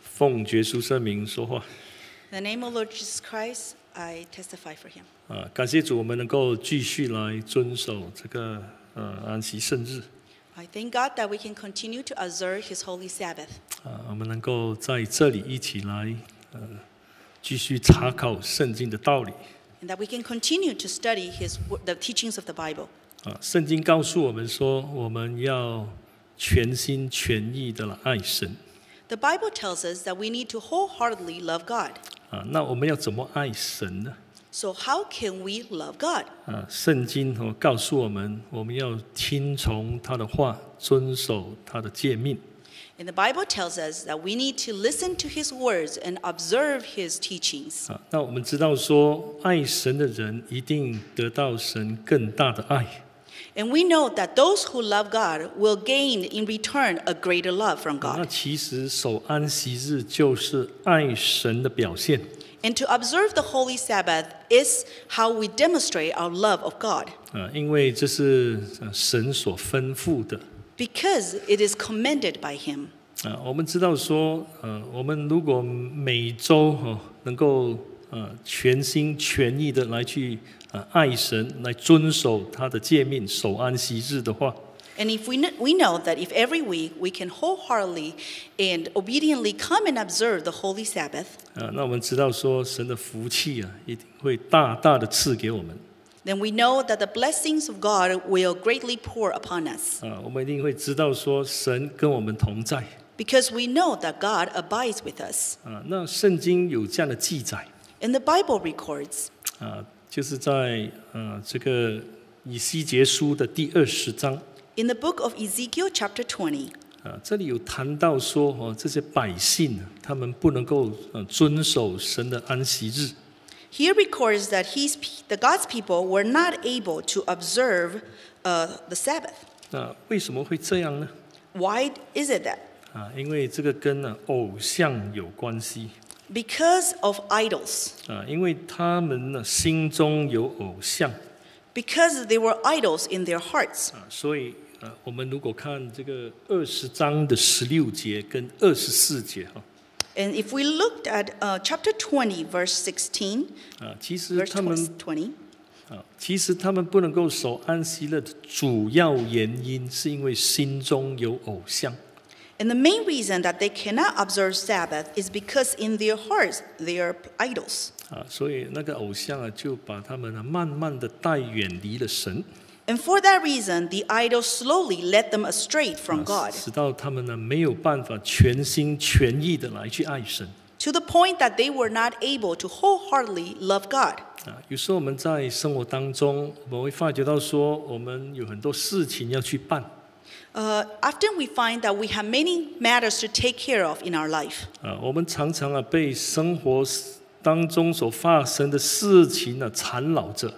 奉绝书圣名说话 In the name of Lord Jesus Christ, I testify for him. 啊！感谢主，我们能够继续来遵守这个呃安息圣日 I thank God that we can continue to observe his holy Sabbath. 啊，我们能够在这里一起来呃继续查考圣经的道理 And that we can continue to study his, wo- the teachings of the Bible. 啊。圣经告诉我们说，我们要全心全意的来爱神 The Bible tells us that we need to wholeheartedly love God. 啊。那我们要怎么爱神呢？ So, how can we love God? 啊，圣经哦告诉我们，我们要听从他的话，遵守他的诫命。 And the Bible tells us that we need to listen to his words and observe his teachings. 啊，那我们知道说，爱神的人一定得到神更大的爱 And we know that those who love God will gain in return a greater love from 啊。那 God. 其实守安息日就是爱神的表现 And to observe the holy Sabbath is how we demonstrate our love of God 啊，因为这是呃神所吩咐的 because it is commended by him. 啊。我们知道说，呃，我们如果每周哦能够呃全心全意的来去呃爱神，来遵守他的诫命，守安息日的话， And if we, kn- we know that if every week we can wholeheartedly and obediently come and observe the holy Sabbath, 啊，那我们知道说，神的福气啊，一定会大大的赐给我们。 then we know that the blessings of God will greatly pour upon us 啊，我们一定会知道说神跟我们同在 because we know that God abides with us. 啊。那圣经有这样的记载 And the Bible records 啊，就是在呃这个以西结书的第二十章 in the book of Ezekiel, chapter 20, 啊，这里有谈到说哦，这些百姓啊他们不能够呃遵守神的安息日 Here records that he's, the God's people were not able to observe uh, the Sabbath. 啊，为什么会这样呢？ Why is it that? 啊，因为这个跟呢偶像有关系 Because of idols. 啊，因为他们呢心中有偶像 Because they were idols in their hearts. 啊，所以呃，我们如果看这个二十章的十六节跟二十四节哈， And if we looked at uh, chapter 20, verse 16, 啊，其实 verse 他们 20, 啊，其实他们不能够守安息日的主要原因，是因为心中有偶像 and the main reason that they cannot observe Sabbath is because in their hearts they are idols. 啊，所以那个偶像啊，就把他们呢、慢慢的带远离了神， And for that reason, the idols slowly led them astray from 啊 God. 直到他们呢没有办法全心全意的来去爱神。 to the point that they were not able to wholeheartedly love God. 啊，有时候我们在生活当中，我们会发觉到说，我们有很多事情要去办， Uh, often we find that we have many matters to take care of in our life. 啊，我们常常啊被生活当中所发生的事情呢、缠绕着，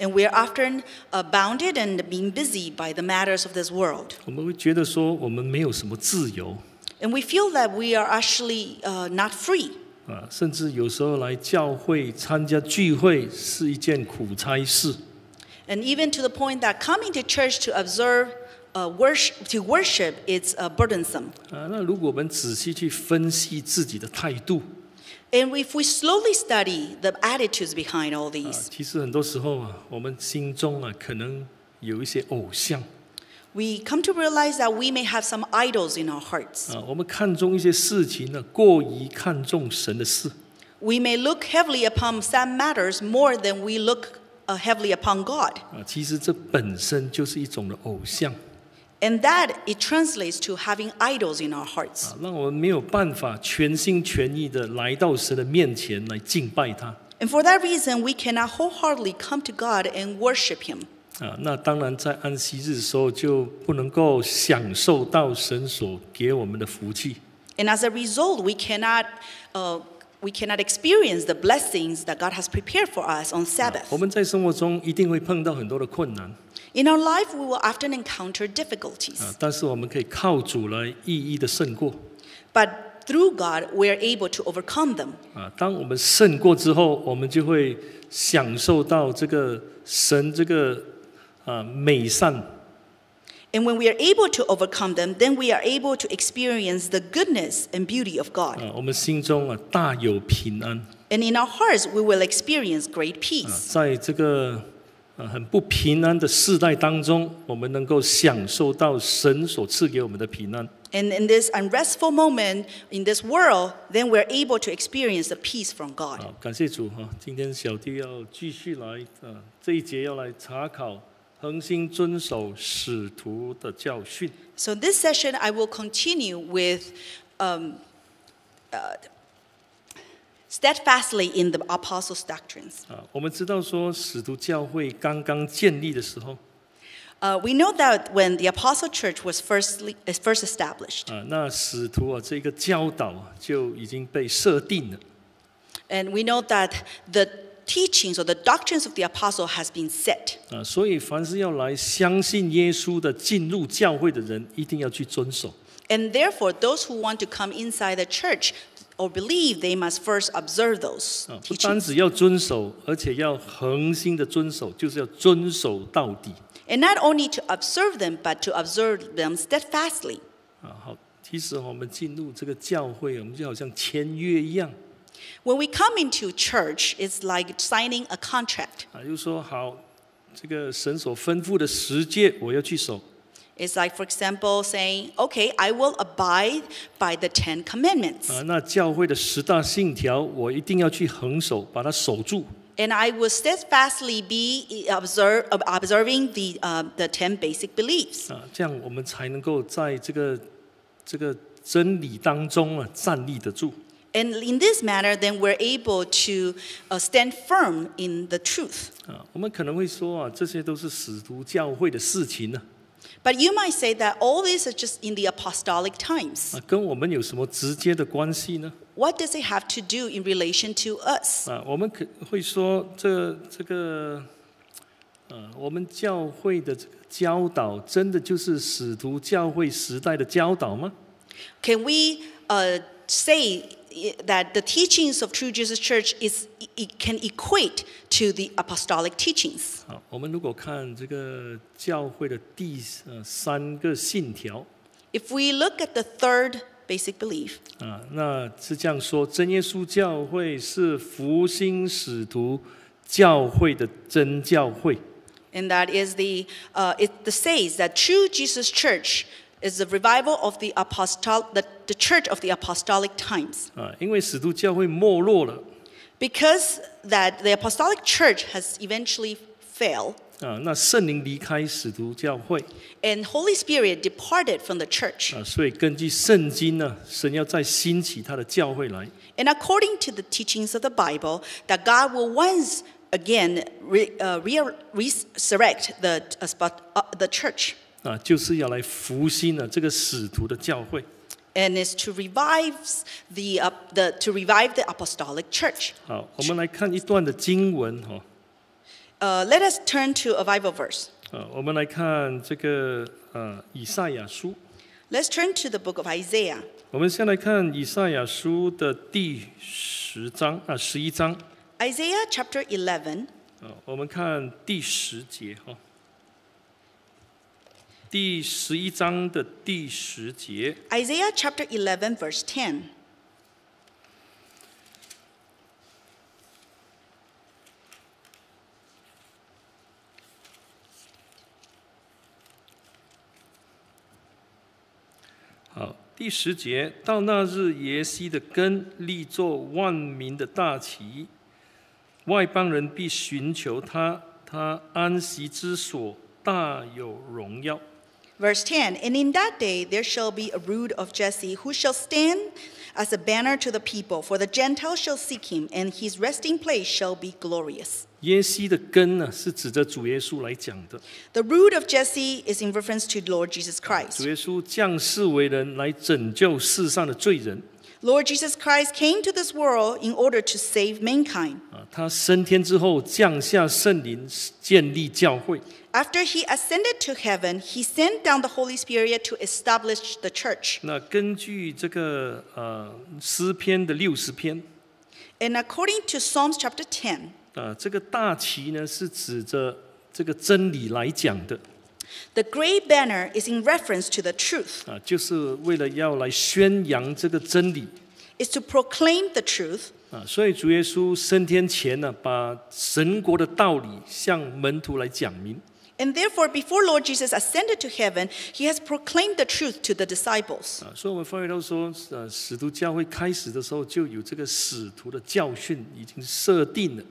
And we are often uh, bounded and being busy by the matters of this world. 我们会觉得说我们没有什么自由 And we feel that we are actually uh, not free. 啊，甚至有时候来教会参加聚会是一件苦差事 And even to the point that coming to church to observe, uh, worship, to worship, it's uh, burdensome. 啊。那如果我们仔细去分析自己的态度 And if we slowly study the attitudes behind all 啊， these, 其实很多时候啊，我们心中啊可能有一些偶像 we come to realize that we may have some idols in our hearts. 啊，我们看重一些事情呢、过于看重神的事。 We may look heavily upon some matters more than we look uh, heavily upon God. 啊，其实这本身就是一种的偶像 And that it translates to having idols in our hearts. 啊，让我们没有办法全心全意的来到神的面前来敬拜他 And for that reason, we cannot wholeheartedly come to God and worship Him. 啊。那当然，在安息日的时候就不能够享受到神所给我们的福气 And as a result, we cannot, uh, we cannot experience the blessings that God has prepared for us on 啊 Sabbath. 我们在生活中一定会碰到很多的困难 In our life, we will often encounter 啊 difficulties. 但是我们可以靠主来一一的胜过 But through God, we are able to overcome them. 啊。当我们胜过之后，我们就会享受到这个神这个啊美善 And when we are able to overcome them, then we are able to experience the goodness and beauty of God. 啊，我们心中啊大有平安 And in our hearts, we will experience great 啊 peace.，在这个呃很不平安的世代当中，我们能够享受到神所赐给我们的平安。 And in this unrestful moment in this world, then we're able to experience the peace from God. 好，感谢主哈！今天小弟要继续来，呃，这一节要来查考恒心遵守使徒的教训。 So this session, I will continue with um, uh, steadfastly in the apostles' doctrines. 啊，我们知道说使徒教会刚刚建立的时候， Uh, we know that when the apostle church was firstly, is first established, 啊，那使徒啊这个教导啊就已经被设定了。 and we know that the teachings or the doctrines of the apostle has been set. 啊，所以凡是要来相信耶稣的进入教会的人，一定要去遵守。 And therefore, those who want to come inside the church or believe, they must first observe those 啊，不单 teachings. 只要遵守，而且要恒心的遵守，就是要遵守到底。 And not only to observe them, but to observe them steadfastly. 啊，好，其实我们进入这个教会，我们就好像签约一样 When we come into church, it's like signing a contract. 啊，就说好，这个神所吩咐的十诫我要去守 It's like, for example, saying, okay, I will abide by the Ten Commandments, 啊，那教会的十大信条我一定要去恒守，把它守住 and I will steadfastly be eh, observe, observing the, uh, the ten basic beliefs. 啊，这样我们才能够在这个这个真理当中啊站立得住。 And in this manner, then we're able to uh, stand firm in the truth. 啊，我们可能会说啊，这些都是使徒教会的事情啊呢、 But you might say that all this is just in the apostolic 啊， times. 跟我们有什么直接的关系呢？ What does it have to do in relation to us? 啊，我们可会说这这个，呃，我们教会的这个教导，真的就是使徒教会时代的教导吗？ Can we uh, say i- that the teachings of True Jesus Church is it can equate to the apostolic teachings? 啊，我们如果看这个教会的第呃三个信条 If we look at the third basic belief, 啊，那是这样说：真耶稣教会是福星使徒教会的真教会。 and that is the uh, it the says that True Jesus Church is the revival of the apostol the, the church of the apostolic times 啊，因为使徒教会没落了 because that the apostolic church has eventually failed 啊，那圣灵离开使徒教会 and Holy Spirit departed from the church. 啊，所以根据圣经呢，神要再兴起他的教会来 And according to the teachings of the Bible, that God will once again re, uh, re- resurrect the, uh, spot- uh, the church 啊，就是要来复兴啊呢这个使徒的教会 and is to revive the, uh, the, to revive the apostolic church. 好，我们来看一段的经文哈、哦， Uh, let us turn to a Bible verse. 呃，我们来看这个呃以赛亚书， Let's turn to the book of Isaiah. 我们先来看以赛亚书的第十章啊十一章 Isaiah chapter 11, 啊，我们看第十节哈、哦，第十一章的第十节。 Isaiah chapter 11, verse 10. 好，第十节，到那日耶西的根立作万民的大旗，外邦人必寻求他，他安息之所大有荣耀。 Verse 10 And in that day there shall be a root of Jesse, who shall stand as a banner to the people, for the Gentiles shall seek him, and his resting place shall be glorious. 耶西的根呢，是指着主耶稣来讲的。 The root of Jesse is in reference to Lord Jesus 主 Christ. 耶稣降世为人，来拯救世上的罪人 Lord Jesus Christ came to this world in order to save mankind. 啊。他升天之后，降下圣灵，建立教会 After he ascended to heaven, he sent down the Holy Spirit to establish the church. 那根据这个呃诗篇的六十篇， And according to Psalms chapter 10, 啊，这个大旗呢是指着这个真理来讲的。 The gray banner is in reference to the truth, 啊，就是为了要来宣扬这个真理 is to proclaim the truth. 啊。所以主耶稣升天前呢，把神国的道理向门徒来讲明。 And therefore, before Lord Jesus ascended to heaven, he has proclaimed the truth to the disciples. 啊，所以我们翻阅到说，呃，使徒教会开始的时候就有这个使徒的教训已经设定了。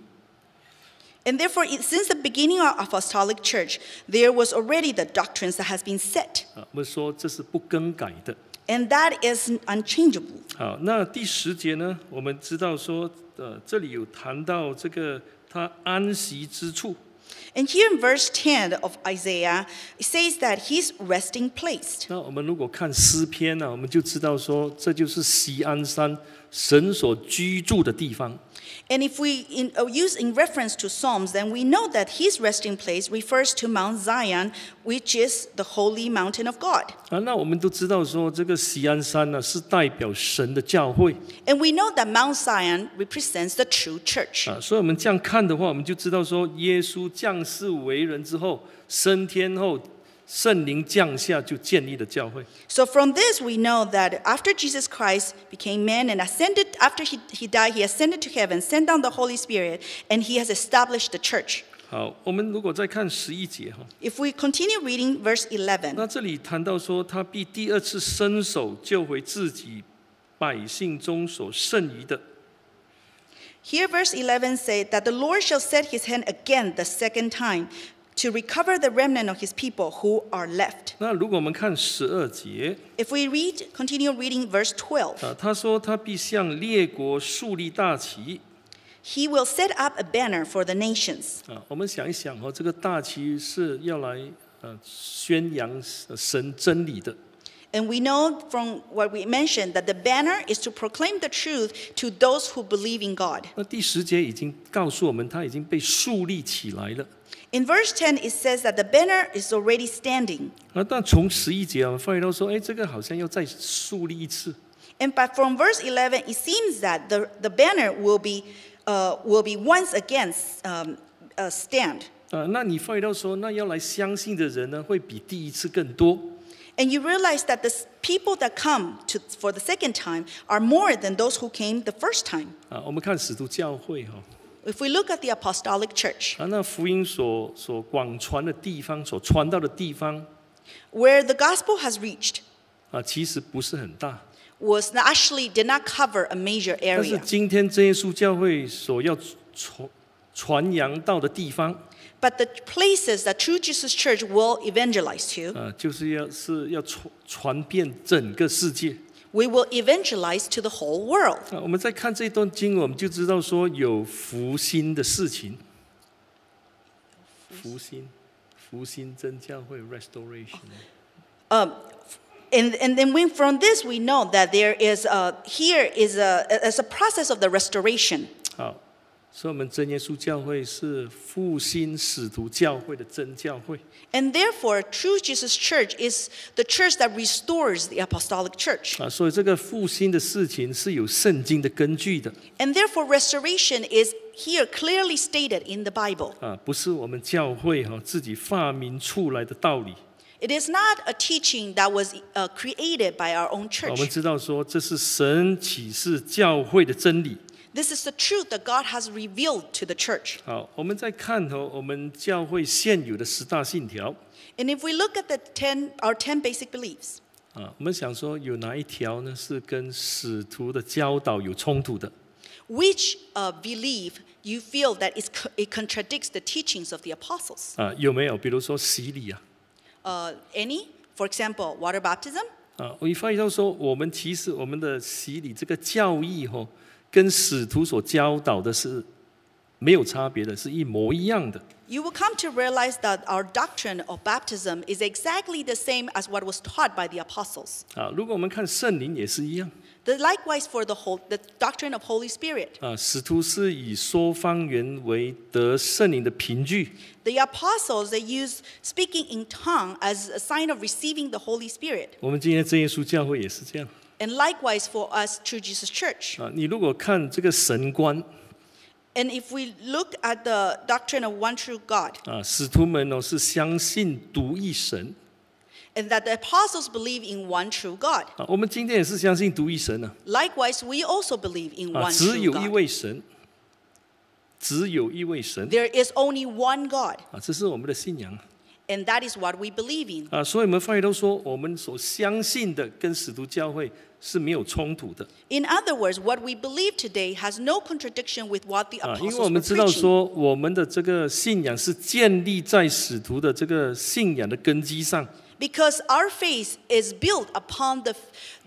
And therefore, it- since the beginning of apostolic church, there was already the doctrines that has been set, 啊，我们说这是不更改的。 and that is unchangeable. 好，那第十节呢，我们知道说，呃，这里有谈到这个他安息之处。 And here in verse 10 of Isaiah, it says that his resting place. 那我们如果看诗篇呢、我们就知道说，这就是西安山神所居住的地方。 And if we in, uh, use in reference to Psalms, then we know that his resting place refers to Mount Zion, which is the holy mountain of God. 啊，那我们都知道说，这个西安山呢、是代表神的教会 And we know that Mount Zion represents the true church. 啊，所以我们这样看的话，我们就知道说，耶稣降世为人之后，升天后，圣灵降下就建立了教会。 So from this, we know that after Jesus Christ became man and ascended, after he, he died, he ascended to heaven, sent down the Holy Spirit, and he has established the church. 好，我们如果再看十一节哈， If we continue reading verse 11, 那这里谈到说，他必第二次伸手救回自己百姓中所剩余的。 Here, verse 11 says that the Lord shall set his hand again the second time to recover the remnant of his people who are left. 那如果我们看十二节 If we read, continue reading verse 12, 啊，他说他必向列国树立大旗 he will set up a banner for the nations. 啊。我们想一想哦，这个大旗是要来呃宣扬呃神真理的 And we know from what we mentioned that the banner is to proclaim the truth to those who believe in God. 那第十节已经告诉我们，它已经被树立起来了。 In verse 10, it says that the banner is already standing. 啊，但从十一节啊，我们发现到说，哎，这个好像要再树立一次。 And but from verse 11, it seems that the, the banner will be, uh, will be once again um, uh, stand. 啊，那你发现到说，那要来相信的人呢，会比第一次更多。 And you realize that the s- people that come to, for the second time are more than those who came the first time. 啊，我们看使徒教会哈， If we look at the apostolic church, 啊，那福音所所广传的地方，所传到的地方 where the gospel has reached, 啊，其实不是很大。 was not- actually did not cover a major 但是 area. 今天真耶稣教会所要传传扬到的地方， But the places that True Jesus Church will evangelize to, 啊，就是要是要传传遍整个世界。 we will evangelize to the whole world. 啊，我们再看这段经文，我们就知道说有福星的事情。福星，福星真教会 restoration。 Um, and, and then we, from this, we know that there is a, here is a, is a process of the restoration. 好，所以我们真耶稣教会是复兴使徒教会的真教会。 And therefore, true Jesus Church is the church that restores the apostolic church. 啊，所以这个复兴的事情是有圣经的根据的 And therefore, restoration is here clearly stated in the Bible. 啊，不是我们教会哈、自己发明出来的道理。 It is not a teaching that was uh, created by our own 啊我们 church. 知道说这是神启示教会的真理。 This is the truth that God has revealed to the church. 好，我们再看哦，我们教会现有的十大信条 And if we look at the 10, our 10 basic beliefs, 啊，我们想说有哪一条呢是跟使徒的教导有冲突的？ which uh, belief you feel that it's co- it contradicts the teachings of the apostles? 啊，有没有？比如说洗礼啊， Uh, any? For example, water baptism? 啊，我一发现到说，我们其实我们的洗礼这个教义吼、跟使徒所教导的是没有差别的，是一模一样的。 You will come to realize that our doctrine of baptism is exactly the same as what was taught by the apostles. 啊，如果我们看圣灵也是一样 The likewise for the whole the doctrine of Holy Spirit. 啊，使徒是以说方言为得圣灵的凭据 The apostles they use speaking in tongue as a sign of receiving the Holy Spirit. 我们今天真耶稣教会也是这样啊 And likewise for us True Jesus Church. 啊。你如果看这个神官 And if we look at the doctrine of one true God, 啊，使徒们哦是相信独一神 and that the apostles believe in one true God, 啊，我们今天也是相信独一神啊， likewise, we also believe in 啊， one 只 true 有一 God. 位神，只有一位神 There is only one God, 啊，这是我们的信仰啊 and that is what we believe in. 啊，所以我们翻译都说，我们所相信的跟使徒教会是没有冲突的 In other words, what we believe today has no contradiction with what the 啊，因为 apostles 我们 were 知道 preaching. 说，我们的这个信仰是建立在使徒的这个信仰的根基上 Because our faith is built upon the,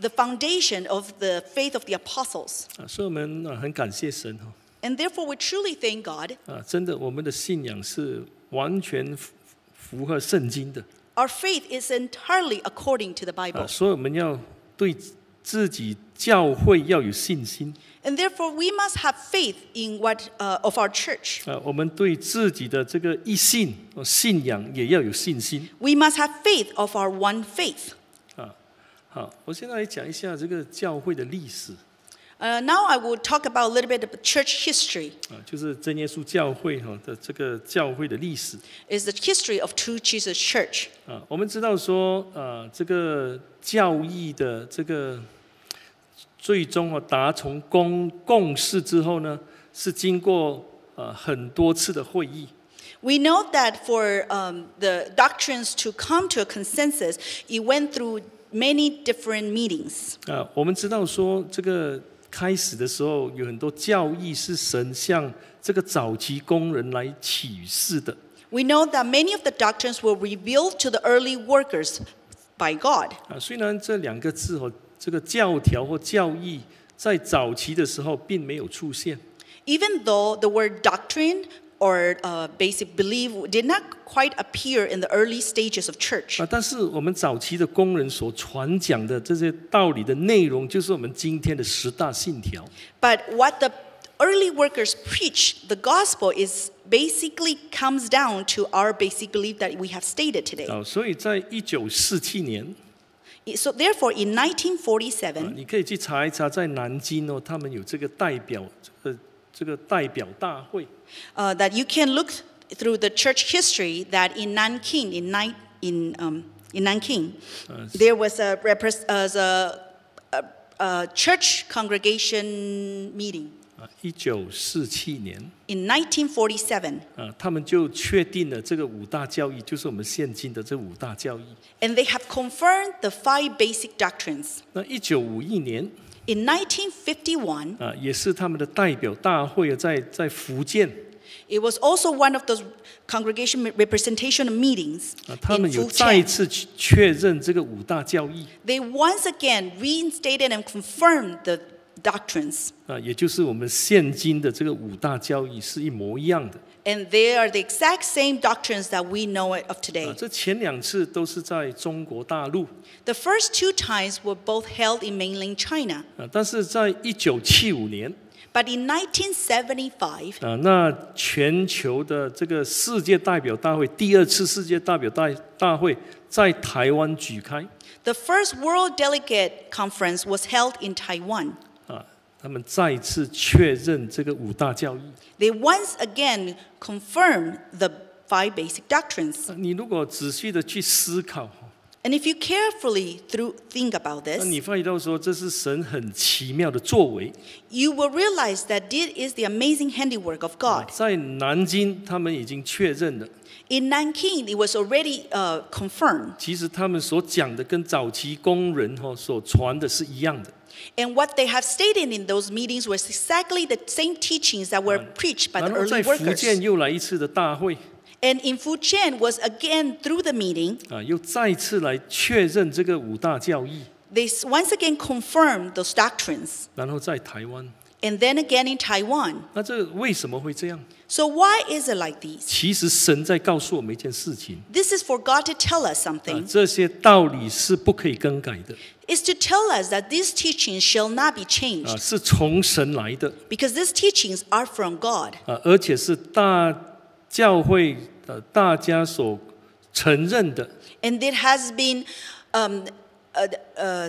the foundation of the faith of the apostles. 啊，所以我们啊很感谢神哦。 And therefore, we truly thank God. 啊，真的，我们的信仰是完全符符合圣经的 Our faith is entirely according to the 啊， Bible. 所以我们要对自己教会要有信心 And therefore, we must have faith in what uh, of our church. 啊，我们对自己的这个一信哦信仰也要有信心 We must have faith of our one faith. 啊。好，我现在来讲一下这个教会的历史 Uh, now, I will talk about a little bit of church history. 啊，就是真耶稣教会哈的这个教会的历史 Is the history of True Jesus Church. 啊。我们知道说，呃，这个教义的这个最终啊达成公共识之后呢，是经过呃很多次的会议 We know that for um, the doctrines to come to a consensus, it went through many different meetings. 啊。我们知道说，这个开始的时候有很多教义是神向这个早期工人来启示的 We know that many of the doctrines were revealed to the early workers by God. 啊。虽然这两个字哦，这个教条或教义在早期的时候并没有出现。 Even though the word doctrine or uh, basic belief did not quite appear in the early stages of church, 啊，但是我们早期的工人所传讲的这些道理的内容，就是我们今天的十大信条 but what the early workers preached, the gospel is basically comes down to our basic belief that we have stated today. 啊。所以在一九四七年， So therefore, in 1947, 啊，你可以去查一查，在南京哦，他们有这个代表这个这个代表大会 uh, that you can look through the church history that in Nanking, in, Ni- in, um, in Nanking, there was a, repres- as a, a, a church congregation meeting 啊，一九四七年 in 1947, 啊，他们就确定了这个五大教义，就是我们现今的这五大教义。 and they have confirmed the five basic doctrines. 那一九五一年 In 1951, 啊，也是他们的代表大会啊在在福建 it was also one of those congregation representation meetings 啊，他 in 们有再 Fujian. 次去确认这个五大教义。 They once again reinstated and confirmed the doctrines. 啊，也就是我们现今的这个五大教义是一模一样的。 And they are the exact same doctrines that we know it of 啊 today.，这前两次都是在中国大陆 The first two times were both held in mainland China. 啊，但是在一九七五年 But in 1975, 啊，那全球的这个世界代表大会第二次世界代表大大会在台湾举开 the first World Delegate Conference was held in Taiwan. 啊，他们再次确认这个五大教义。 They once again confirmed the five basic doctrines. 啊你如果仔细的去思考， And if you carefully through think about 那你 this, 发觉到说这是神很奇妙的作为。 you will realize that this is the amazing handiwork of God. 在南京，他们已经确认了。 In Nanking, it was already uh, confirmed. 其实他们所讲的跟早期工人哈所传的是一样的。 And what they have stated in those meetings was exactly the same teachings that were preached by 然 the 后 early 在福建 workers. 又来一次的大会 And in Fujian was again through the meeting, 啊，又再次来确认这个五大教义， they s- once again confirmed those doctrines. 然后在台湾。 And then again in Taiwan. 那这为什么会这样？ So why is it like these? 其实神在告诉我们一件事情。 This is for God to tell us 啊 something. 这些道理是不可以更改的 It's to tell us that these teachings shall not be 啊， changed 是从神来的 because these teachings are from God 啊，而且是大教会呃大家所承认的 and it has been um, uh, uh,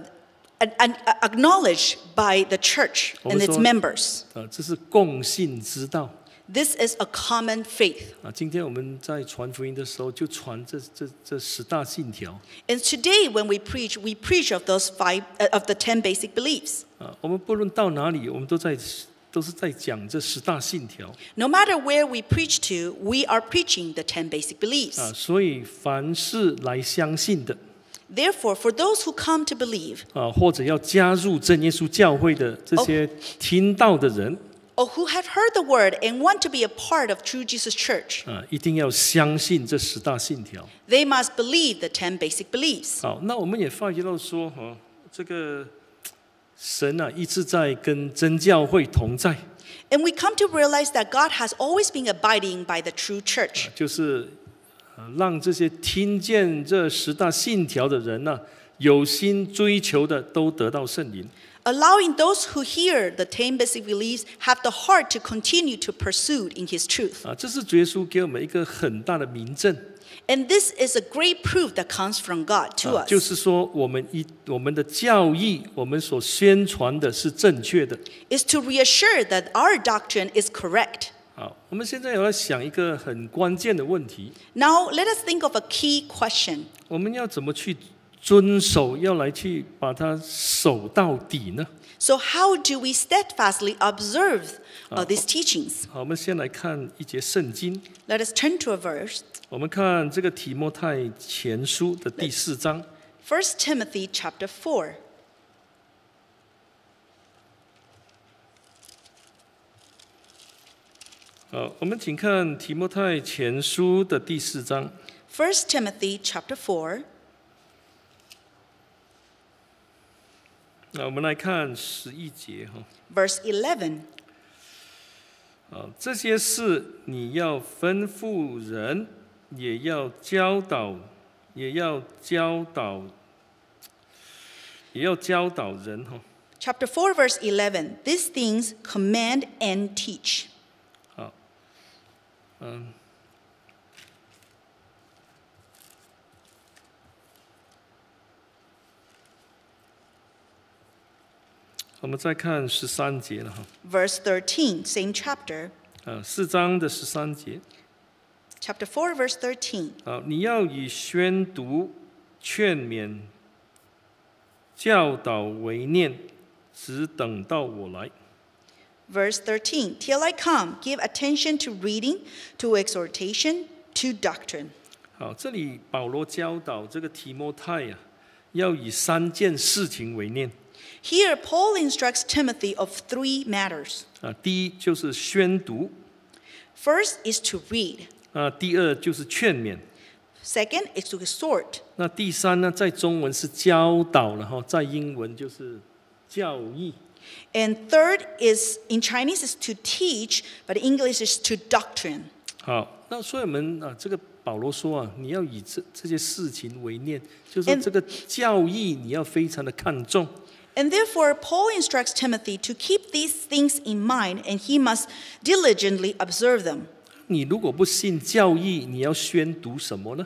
an- an- acknowledged by the church and its Also- members. 啊，这是共信之道 This is a common faith. 啊，今天我们在传福音的时候，就传这这这十大信条 And today, when we preach, we preach of those five, uh, of the 10 basic beliefs. 啊。我们不论到哪里，我们都在都是在讲这十大信条 No matter where we preach to, we are preaching the 10 basic beliefs. 啊。所以，凡是来相信的 Therefore, for those who come to believe, 啊，或者要加入真耶稣教会的这些听到的人 or who have heard the word and want to be a part of True Jesus Church, 啊，一定要相信这十大信条。 they must believe the 10 basic beliefs. 好，那我们也发觉到说，哈、这个神啊，一直在跟真教会同在， And we come to realize that God has always been abiding by the true church, 就是呃让这些听见这十大信条的人呢、有心追求的都得到圣灵。 allowing those who hear the 10 basic beliefs have the heart to continue to pursue in his truth. 啊，这是主耶稣给我们一个很大的明证， And this is a great proof that comes from God to 啊就 us. 是说我们一我们的教义，我们所宣传的是正确的。 is to reassure that our doctrine is correct. 好，啊我们现在要来想一个很关键的问题， Now, let us think of a key question. 我们要怎么去遵守，要来去把它守到底呢？ So, how do we steadfastly observe uh, Uh, these teachings? 好，我们先来看一节圣经， Let us turn to a verse. 我们看这个提摩太前书的第四章， 1 Timothy chapter 4. 呃，我们请看提摩太前书的第四章， 1 Timothy chapter 4, 那呃我们来看十一节哈， verse 11. 啊，这些事你要吩咐人，也要教导，也要教导，也要教导人哈。 Chapter 4, verse 11. These things command and teach. 我们再看十三节了哈， Verse 13, same chapter. 呃，四章的十三节， Chapter 4, verse 13. 啊，你要以宣读、劝勉、教导为念，只等到我来。 Verse 13 Till I come, give attention to reading, to exhortation, to doctrine. 好，这里保罗教导这个提摩太啊，要以三件事情为念 Here, Paul instructs Timothy of three matters. 啊，第一就是宣读 First is to read, 啊，第二就是劝勉， second is to exhort, 那第三呢，在中文是教导了哈，在英文就是教义 and third is in Chinese is to teach, but in English is to doctrine. 好，那所以我们啊，这个保罗说啊，你要以这这些事情为念，就是这个教义你要非常的看重 And therefore, Paul instructs Timothy to keep these things in mind, and he must diligently observe them. 你如果不信教义，你要宣读什么呢？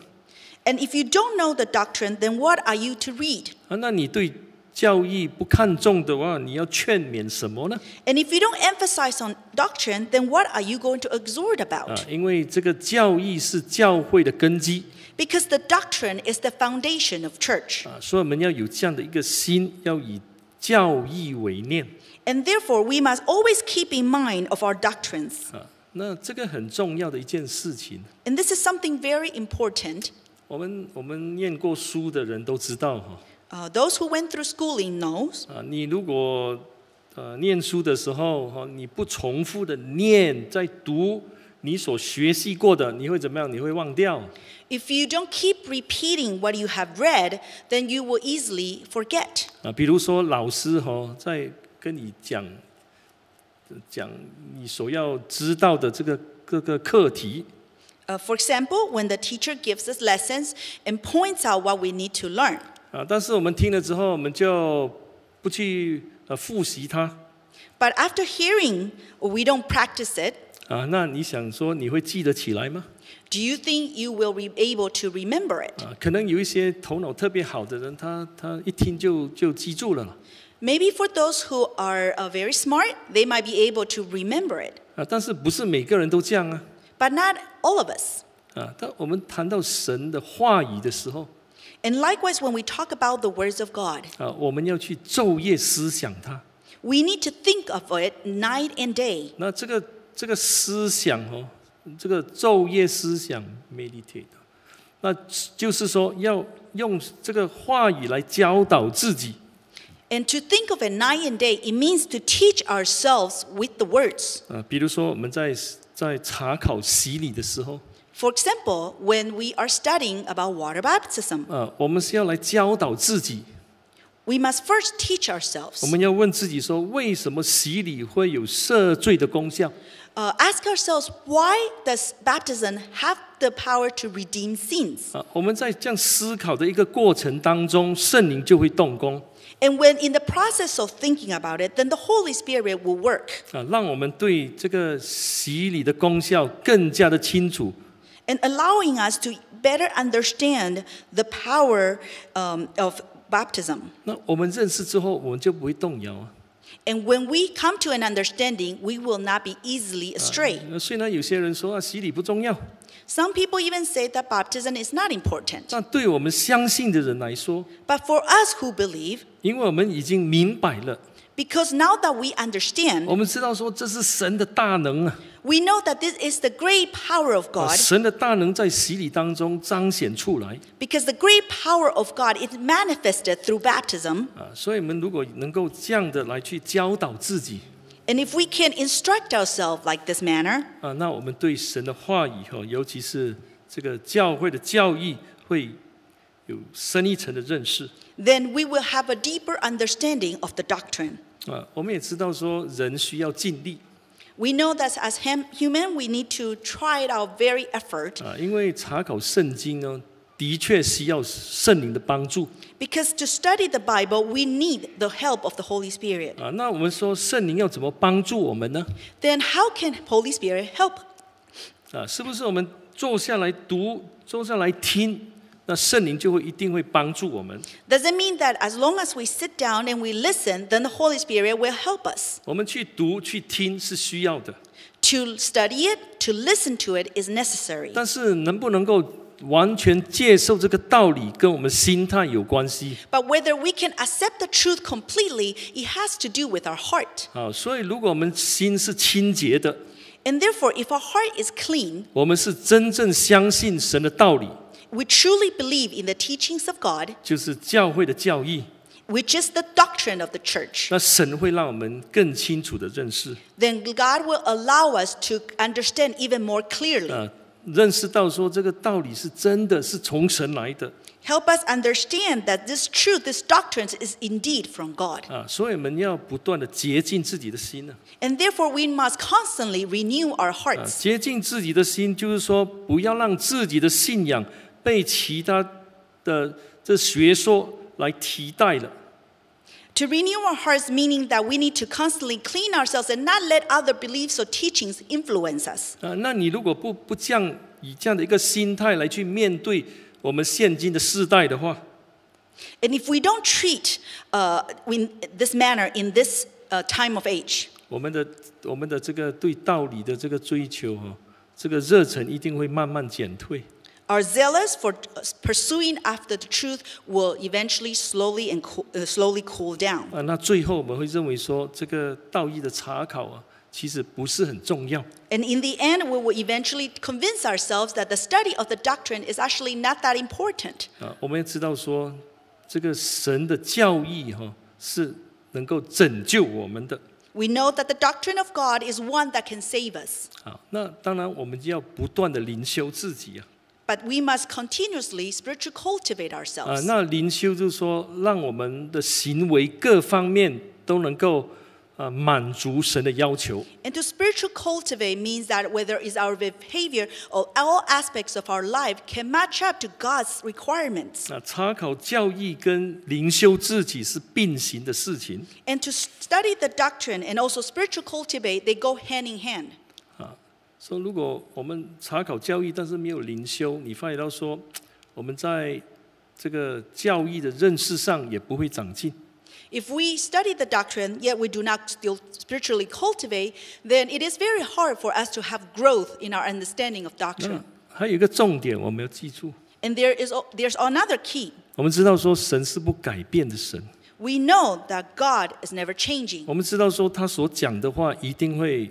And if you don't know the doctrine, then what are you to read? 啊，那你对教义不看重的话，你要劝勉什么呢？ And if you don't emphasize on doctrine, then what are you going to exhort 啊 about?，因为这个教义是教会的根基 Because the doctrine is the foundation of church. 啊，所以我们要有这样的一个心，要以教义为念 And therefore, we must always keep in mind of our doctrines. 啊。那这个很重要的一件事情， And this is something very important. 我们我们念过书的人都知道哈。 Uh, those who went through schooling knows 啊，你如果呃念书的时候哈，你不重复的念，在读你所学习过的，你会怎么样？你会忘掉。 if you don't keep repeating what you have read, then you will easily forget. 啊，比如说老师哈、在跟你讲讲你所要知道的这个各个课题 Uh, for example, when the teacher gives us lessons and points out what we need to learn. 啊，但是我们听了之后，我们就不去呃复习它 But after hearing, we don't practice it, 啊。那你想说你会记得起来吗？ Do you think you will be able to remember it? 啊，可能有一些头脑特别好的人，他他一听就就记住了啦 Maybe for those who are uh, very smart, they might be able to remember it. 啊。啊，但是不是每个人都这样啊？ but not all of us. 啊，当我们谈到神的话语的时候， And likewise, when we talk about the words of God, 啊，我们要去昼夜思想它。 we need to think of it night and day. 那这个这个思想哦，这个昼夜思想 meditate，那就是说要用这个话语来教导自己。 And to think of it night and day, it means to teach ourselves with the words. 啊，比如说我们在在查考洗礼的时候， For example, when we are studying about water baptism, 啊，我们是要来教导自己， we must first teach 我 ourselves. 们要问自己说，为什么洗礼会有赦罪的功效？ Uh, ask ourselves, why does baptism have the power to redeem sins? 啊，我们在这样思考的一个过程当中，圣灵就会动工 And when in the process of thinking about it, then the Holy Spirit will work 啊，让我们对这个洗礼的功效更加的清楚 and allowing us to better understand the power um, of baptism. 那我们认识之后，我们就不会动摇啊。 And when we come to an understanding, we will not be easily astray. 那虽然有些人说啊，洗礼不重要， Some people even say that baptism is not important. 但对我们相信的人来说， But for us who believe, 因为我们已经明白了， because now that we 我 understand, 们知道说这是神的大能啊， we know that this is the great power of 啊 God, 神的大能在洗礼当中彰显出来 because the great power of God is manifested through baptism. 啊。所以，我们如果能够这样的来去教导自己 And if we can instruct ourselves like this manner, 啊，那我们对神的话语哈，尤其是这个教会的教义，会有深一层的认识。 then we will have a deeper understanding of the doctrine. 啊，我们也知道说人需要尽力 We know that as hum- human, we need to try our very effort 啊，因为查考圣经呢，的确需要圣灵的帮助 because to study the Bible, we need the help of the Holy Spirit. 啊。那我们说圣灵要怎么帮助我们呢？ Then how can Holy Spirit help? 啊，是不是我们坐下来读，坐下来听，那圣灵就会一定会帮助我们？ Does it mean that as long as we sit down and we listen, then the Holy Spirit will help us? 我们去读去听是需要的， To study it, to listen to it is necessary. 但是能不能够完全接受这个道理，跟我们心态有关系。 But whether we can accept the truth completely, it has to do with our heart. 啊，所以如果我们心是清洁的， And therefore, if our heart is clean, 我们是真正相信神的道理， we truly believe in the teachings of God, 就是教会的教义， which is the doctrine of the church, 那神会让我们更清楚的认识， then God will allow us to understand even more clearly. 呃，认识到说这个道理是真的是从神来的 Help us understand that this truth, this doctrine is indeed from God. 啊，所以我们要不断的洁净自己的心啊呢、 And therefore, we must constantly renew our 啊， hearts. 洁净自己的心就是说不要让自己的信仰被其他的这学说来替代了 To renew our hearts, meaning that we need to constantly clean ourselves and not let other beliefs or teachings influence us. 啊。那你如果不不这样以这样的一个心态来去面对我们现今的世代的话， And if we don't treat uh, in this manner in this uh, time of age, 我们的我们的这个对道理的这个追求哈、这个热忱一定会慢慢减退。 our zealous for uh, pursuing after the truth will eventually slowly and cool, uh, slowly cool down. 啊，那最后我们会认为说，这个道义的查考啊，其实不是很重要 And in the end, we will eventually convince ourselves that the study of the doctrine is actually not that important. 啊。我们要知道说，这个神的教义哈、是能够拯救我们的 We know that the doctrine of God is one that can save us, 啊。那当然，我们就要不断的灵修自己啊 but we must continuously spiritually cultivate 啊。 ourselves. 那灵修就是说，让我们的行为各方面都能够啊满足神的要求 And to spiritual cultivate means that whether it's our behavior or all aspects of our life can match up to God's requirements. 啊。查考教义跟灵修自己是并行的事情。 And to study the doctrine and also spiritual cultivate, they go hand in hand. 啊说如果我们查考教义，但是没有灵修，你发觉到说，我们在这个教义的认识上也不会长进 If we study the doctrine, yet we do not still spiritually cultivate, then it is very hard for us to have growth in our understanding of 那 doctrine. 还有一个重点我们要记住， And there is al- there's another key. 我们知道说神是不改变的神， We know that God is never changing. 我们知道说他所讲的话一定会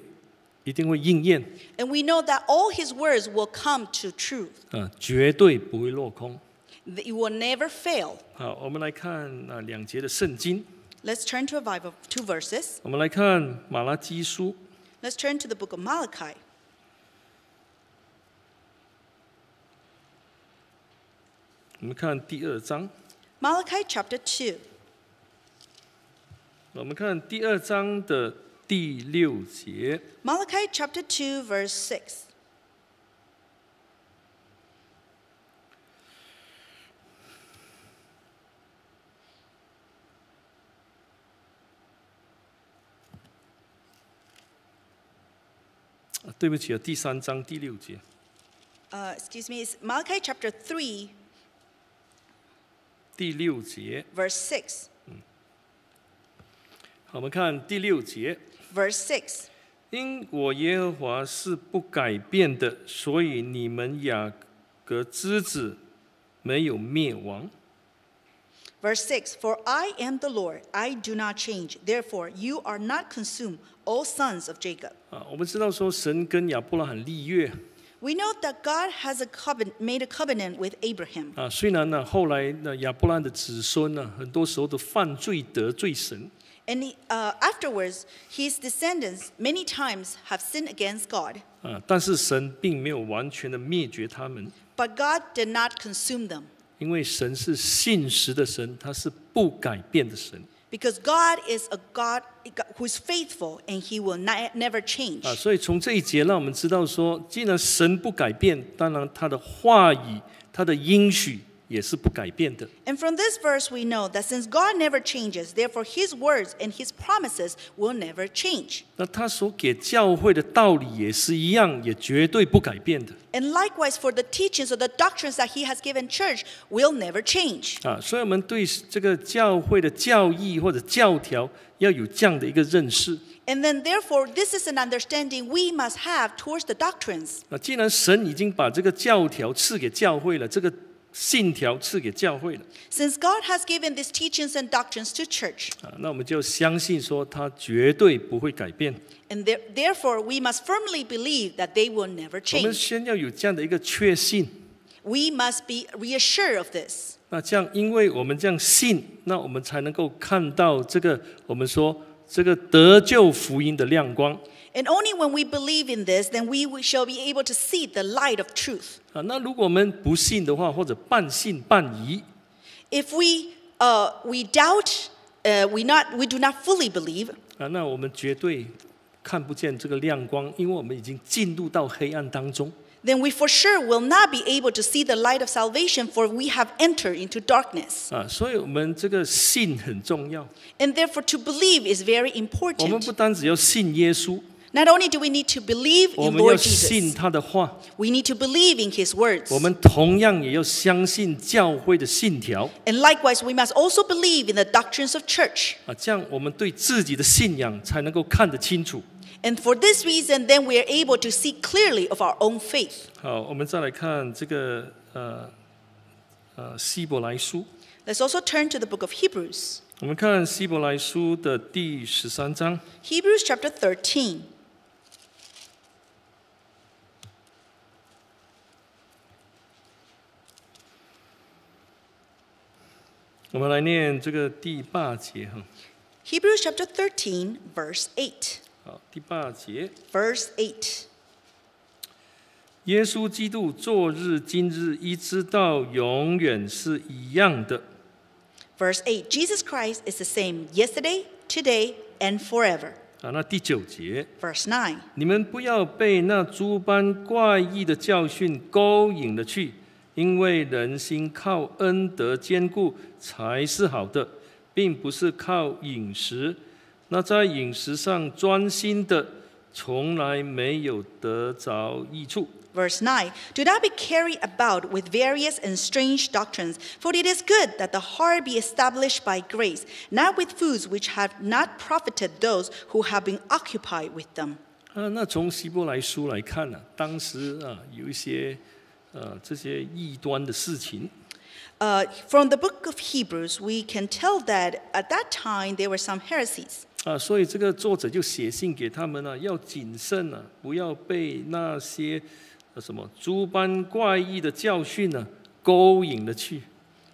一定会应验， And we know that all his words will come to truth. 啊，绝对不会落空。 It will never fail. 好，我们来看啊两节的圣经， Let's turn to a Bible, two verses. 我们来看马拉基书 Let's turn to the book of Malachi. 我们看第二章， Malachi chapter 2. 我们看第二章的第六节， Malachi chapter 2, verse 6. 啊对不起啊，第三章第六节， Uh, excuse me, it's Malachi chapter 3, 第六节， verse 6. 好我们看第六节， Verse 6. 因我耶和华是不改变的，所以你们雅各之子没有灭亡。 Verse 6 For I am the Lord, I do not change. Therefore, you are not consumed, O sons of Jacob. 啊，我们知道说神跟亚伯拉罕立约 We know that God has a covenant, made a covenant with Abraham. 啊，虽然呢后来呢亚伯拉罕的子孙呢，很多时候都犯罪得罪神 And he- uh, afterwards, his descendants many times have sinned against God, 啊，但是神并没有完全的灭绝他们， but God did not consume them 因为神是信实的神，他是不改变的神 because God is a God who is faithful and he will ni- never change. 啊，所以从这一节让我们知道说，既然神不改变，当然他的话语、他的应许也是不改变的。 And from this verse, we know that since God never changes, therefore his words and his promises will never change. 那他所给教会的道理也是一样，也绝对不改变的 And likewise, for the teachings or the doctrines that he has given church will never change. 啊。所以我们对这个教会的教义或者教条要有这样的一个认识。 And then, therefore, this is an understanding we must have towards the doctrines. 那既然神已经把这个教条赐给教会了，这个信条赐给教会了 Since God has given these teachings and doctrines to church, 啊，那我们就相信说他绝对不会改变。 and there- therefore we must firmly believe that they will never 我们 change. 先要有这样的一个确信。 We must be reassured of this. 那这样，因为我们这样信，那我们才能够看到这个我们说这个得救福音的亮光。 And only when we believe in this, then we will- shall be able to see the light of truth. 啊，那如果我们不信的话，或者半信半疑， If we uh, we doubt, uh, we not we do not fully believe, 啊，那我们绝对看不见这个亮光，因为我们已经进入到黑暗当中。 then we for sure will not be able to see the light of salvation, for we have entered into darkness. 啊，所以我们这个信很重要。 And therefore, to believe is very 我们 important. 不单只要信耶稣， Not only do we need to believe 我 in 们要 Lord 信 Jesus, 他的话， we need to believe in His words. 我们同样也要相信教会的信条。 And likewise, we must also believe in the doctrines of church. 啊，这样我们对自己的信仰才能够看得清楚。 And for this reason, then we are able to see clearly of our own faith. 好，我们再来看这个呃呃希伯来书， Let's also turn to the book of Hebrews. 我们看希伯来书的第十三章， Hebrews chapter 13. 我们来念这个第八节哈。 Hebrews chapter 13, verse 8. 好，第八节， Verse 8. 耶稣基督昨日、今日一直到永远是一样的。 Verse 8 Jesus Christ is the same yesterday, today, and forever. 啊，那第九节， Verse 9. 你们不要被那诸般怪异的教训勾引了去，因为人心靠恩德坚固才是好的，并不是靠饮食。那在饮食上专心的，从来没有得着益处。 verse 9 Do not be carried about with various and strange doctrines, for it is good that the heart be established by grace, not with foods which have not profited those who have been occupied with them. 啊，那从希伯来书来看呢、当时啊有一些呃这些异端的事情， Uh, from the book of Hebrews, we can tell that at that time there were some heresies. 啊，所以这个作者就写信给他们了、啊要谨慎啊，不要被那些呃什么诸般怪异的教训呢、勾引了去。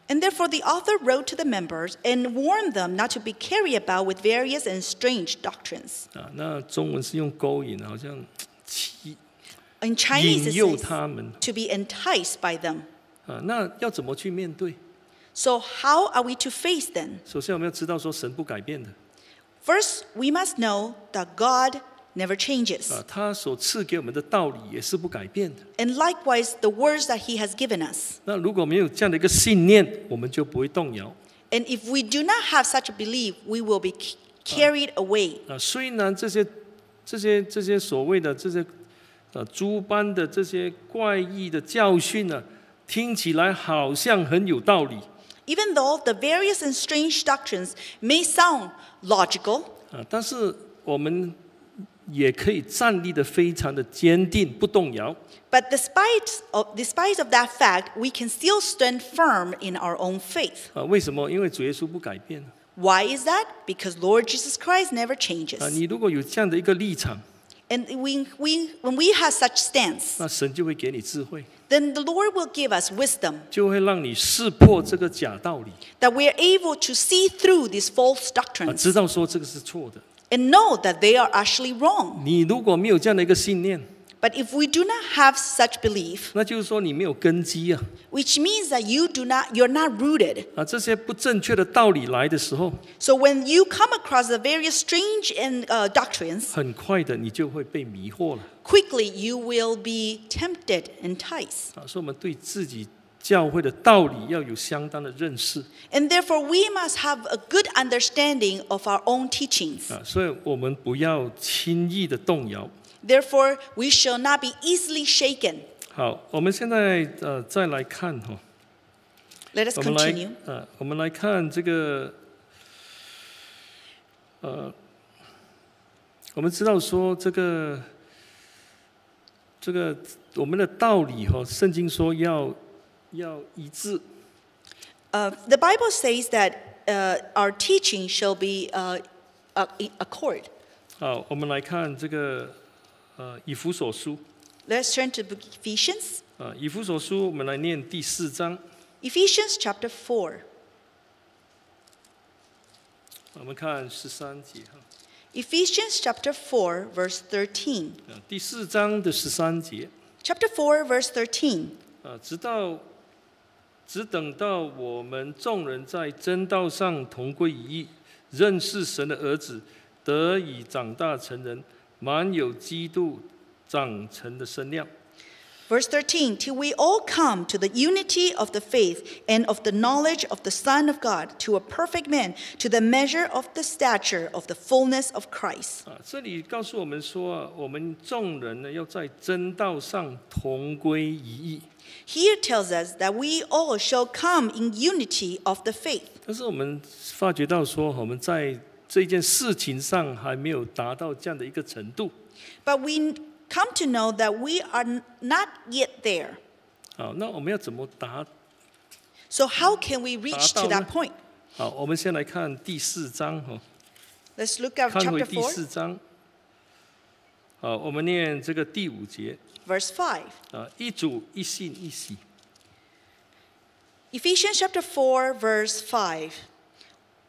And therefore, the author wrote to the members and warned them not to be carried about with various and strange doctrines. 啊，那中文是用勾引，好像欺 In Chinese, 引 it 诱 says 他们 to be enticed by them. 啊。那要怎么去面对？ So, how are we to face them? 首先，我们要知道说神不改变的 First, we must know that God never changes. 啊，他所赐给我们的道理也是不改变的。 And likewise, the words that He has given us. 那如果没有这样的一个信念，我们就不会动摇 And if we do not have such a belief, we will be c- carried away. 啊。虽然这些、这些、这些所谓的这些呃诸般的这些怪异的教训呢、听起来好像很有道理 Even though the various and strange doctrines may sound logical, 啊，但是我们也可以站立的非常的坚定，不动摇。 but despite of, despite of that fact, we can still stand firm in our own faith. 啊，为什么？因为主耶稣不改变 Why is that? Because Lord Jesus Christ never 啊！ changes. 你如果有这样的一个立场， And we, we, when we have such stance, 那神就会给你智慧， then the Lord will give us wisdom 就会让你识破这个假道理 that we are able to see through these false 啊， doctrines 知道说这个是错的。 and know that they are actually wrong. 你如果没有这样的一个信念， But if we do not have such belief, 那就是说你没有根基啊！ which means that you do not you're not rooted. 啊，这些不正确的道理来的时候， So when you come across the various strange and uh, doctrines, 很快的你就会被迷惑了 quickly you will be tempted, enticed. 啊！所以我们对自己教会的道理要有相当的认识 And therefore we must have a good understanding of our own teachings. 啊，所以我们不要轻易的动摇。 Therefore we shall not be easily shaken. 好，我们现在呃再来看哈、 Let us 我们来 continue. 呃，我们来看这个，呃，我们知道说这个，这个我们的道理哈、圣经说要要一致， Uh, the Bible says that uh, our teaching shall be uh, uh, in accord. 好，我们来看这个呃以弗所书， Let's turn to the book of Ephesians. 呃以弗所书，我们来念第四章， Ephesians chapter 4. 我们看十三节哈， Ephesians chapter 4, verse 13. 呃第四章的十三节， Chapter 4, verse 13. 啊，直到只等到我们众人在真道上同归于一，认识神的儿子，得以长大成人，满有基督长成的身量。 Verse 13, till we all come to the unity of the faith and of the knowledge of the Son of God, to a perfect man, to the measure of the stature of the fullness of Christ. 啊，这里告诉我们说啊，我们众人呢要在真道上同归于一。 Here tells us that we all shall come in unity of the faith. 但是我们发觉到说，我们在这件事情上还没有达到这样的一个程度。 But we come to know that we are n- not yet there. 好，那我们要怎么达？ So, how can we reach to Tama. that point? 好，我们先来看第四章哈、哦。 Let's look at 看回 chapter 第 4, 四章，好，我们念这个第五节 verse 5. 啊，一主一信一喜 Ephesians chapter 4, verse 5.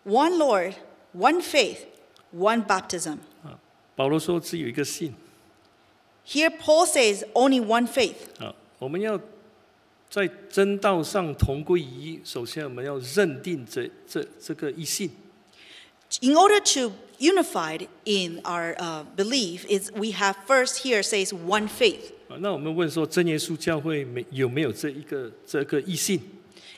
One Lord, one faith, one baptism. 啊。保罗说只有一个信 Here, Paul says only one faith. 啊，我们要在真道上同归于一。首先，我们要认定这这这个一信 In order to unified in our uh, belief, is we have first here says one faith, 啊。那我们问说，真耶稣教会没有没有这一个这个一信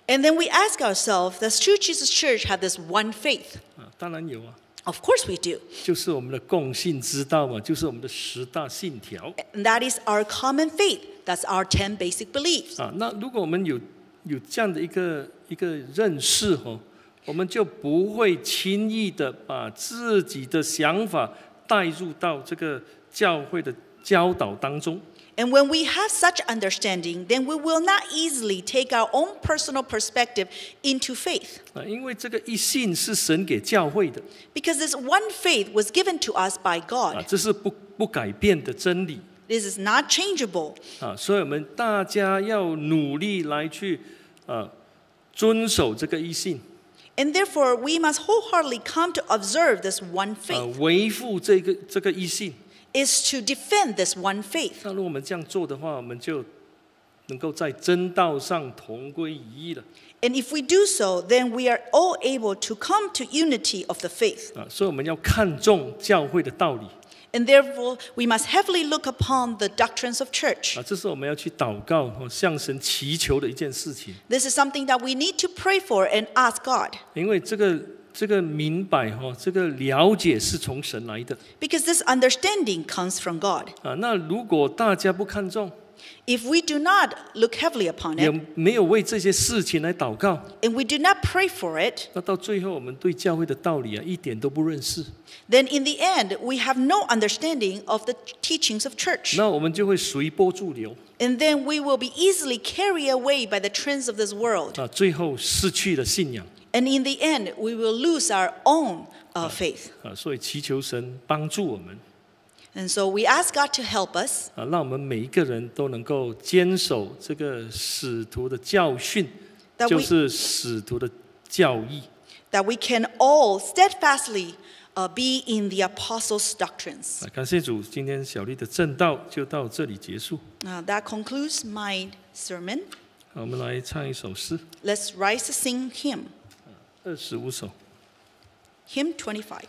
and then we ask ourselves, does True Jesus Church have this one faith? 啊？当然有啊， Of course we do, 就是我们的共信之道嘛，就是我们的十大信条。 and that is our common faith, That's our 10 basic beliefs. 啊，那如果我们有有这样的一个一个认识哦，我们就不会轻易的把自己的想法带入到这个教会的教导当中。 And when we have such understanding, then we will not easily take our own personal perspective into faith. 啊，因为这个一信是神给教会的 Because this one faith was given to us by 啊， God. 这是不不改变的真理 This is not changeable. 啊，所以我们大家要努力来去啊遵守这个一信 And therefore, we must wholeheartedly come to observe this one 啊， faith, 维护这个这个一信。 is to defend this one faith. 那如果我们这样做的话，我们就能够在真道上同归于一了 And if we do so, then we are all able to come to unity of the faith. 啊！所以我们要看重教会的道理 And therefore, we must heavily look upon the doctrines of church. 啊，这是我们要去祷告、哦向神祈求的一件事情。 This is something that we need to pray for and ask God. 因为这个这个明白哈、哦，这个了解是从神来的 Because this understanding comes from God. 啊。那如果大家不看重， If we do not look heavily upon 也 it, 没有为这些事情来祷告， and we do not pray for it, 那到最后我们对教会的道理啊一点都不认识， then in the end, we have no understanding of the teachings of church. 那我们就会随波逐流 And then we will be easily carried away by the trends of this world. 啊，最后失去了信仰。 And in the end, we will lose our own uh, faith. 啊，所以祈求神帮助我们 And so we ask God to help us 啊，让我们每一个人都能够坚守这个使徒的教训， That we- 就是使徒的教义 that we can all steadfastly uh, be in the apostles' doctrines. 啊。感谢主，今天小丽的正道就到这里结束。 Uh, that concludes my sermon. 好我们来唱一首诗， Let's rise to sing hymn, 二十五首。 hymn 25.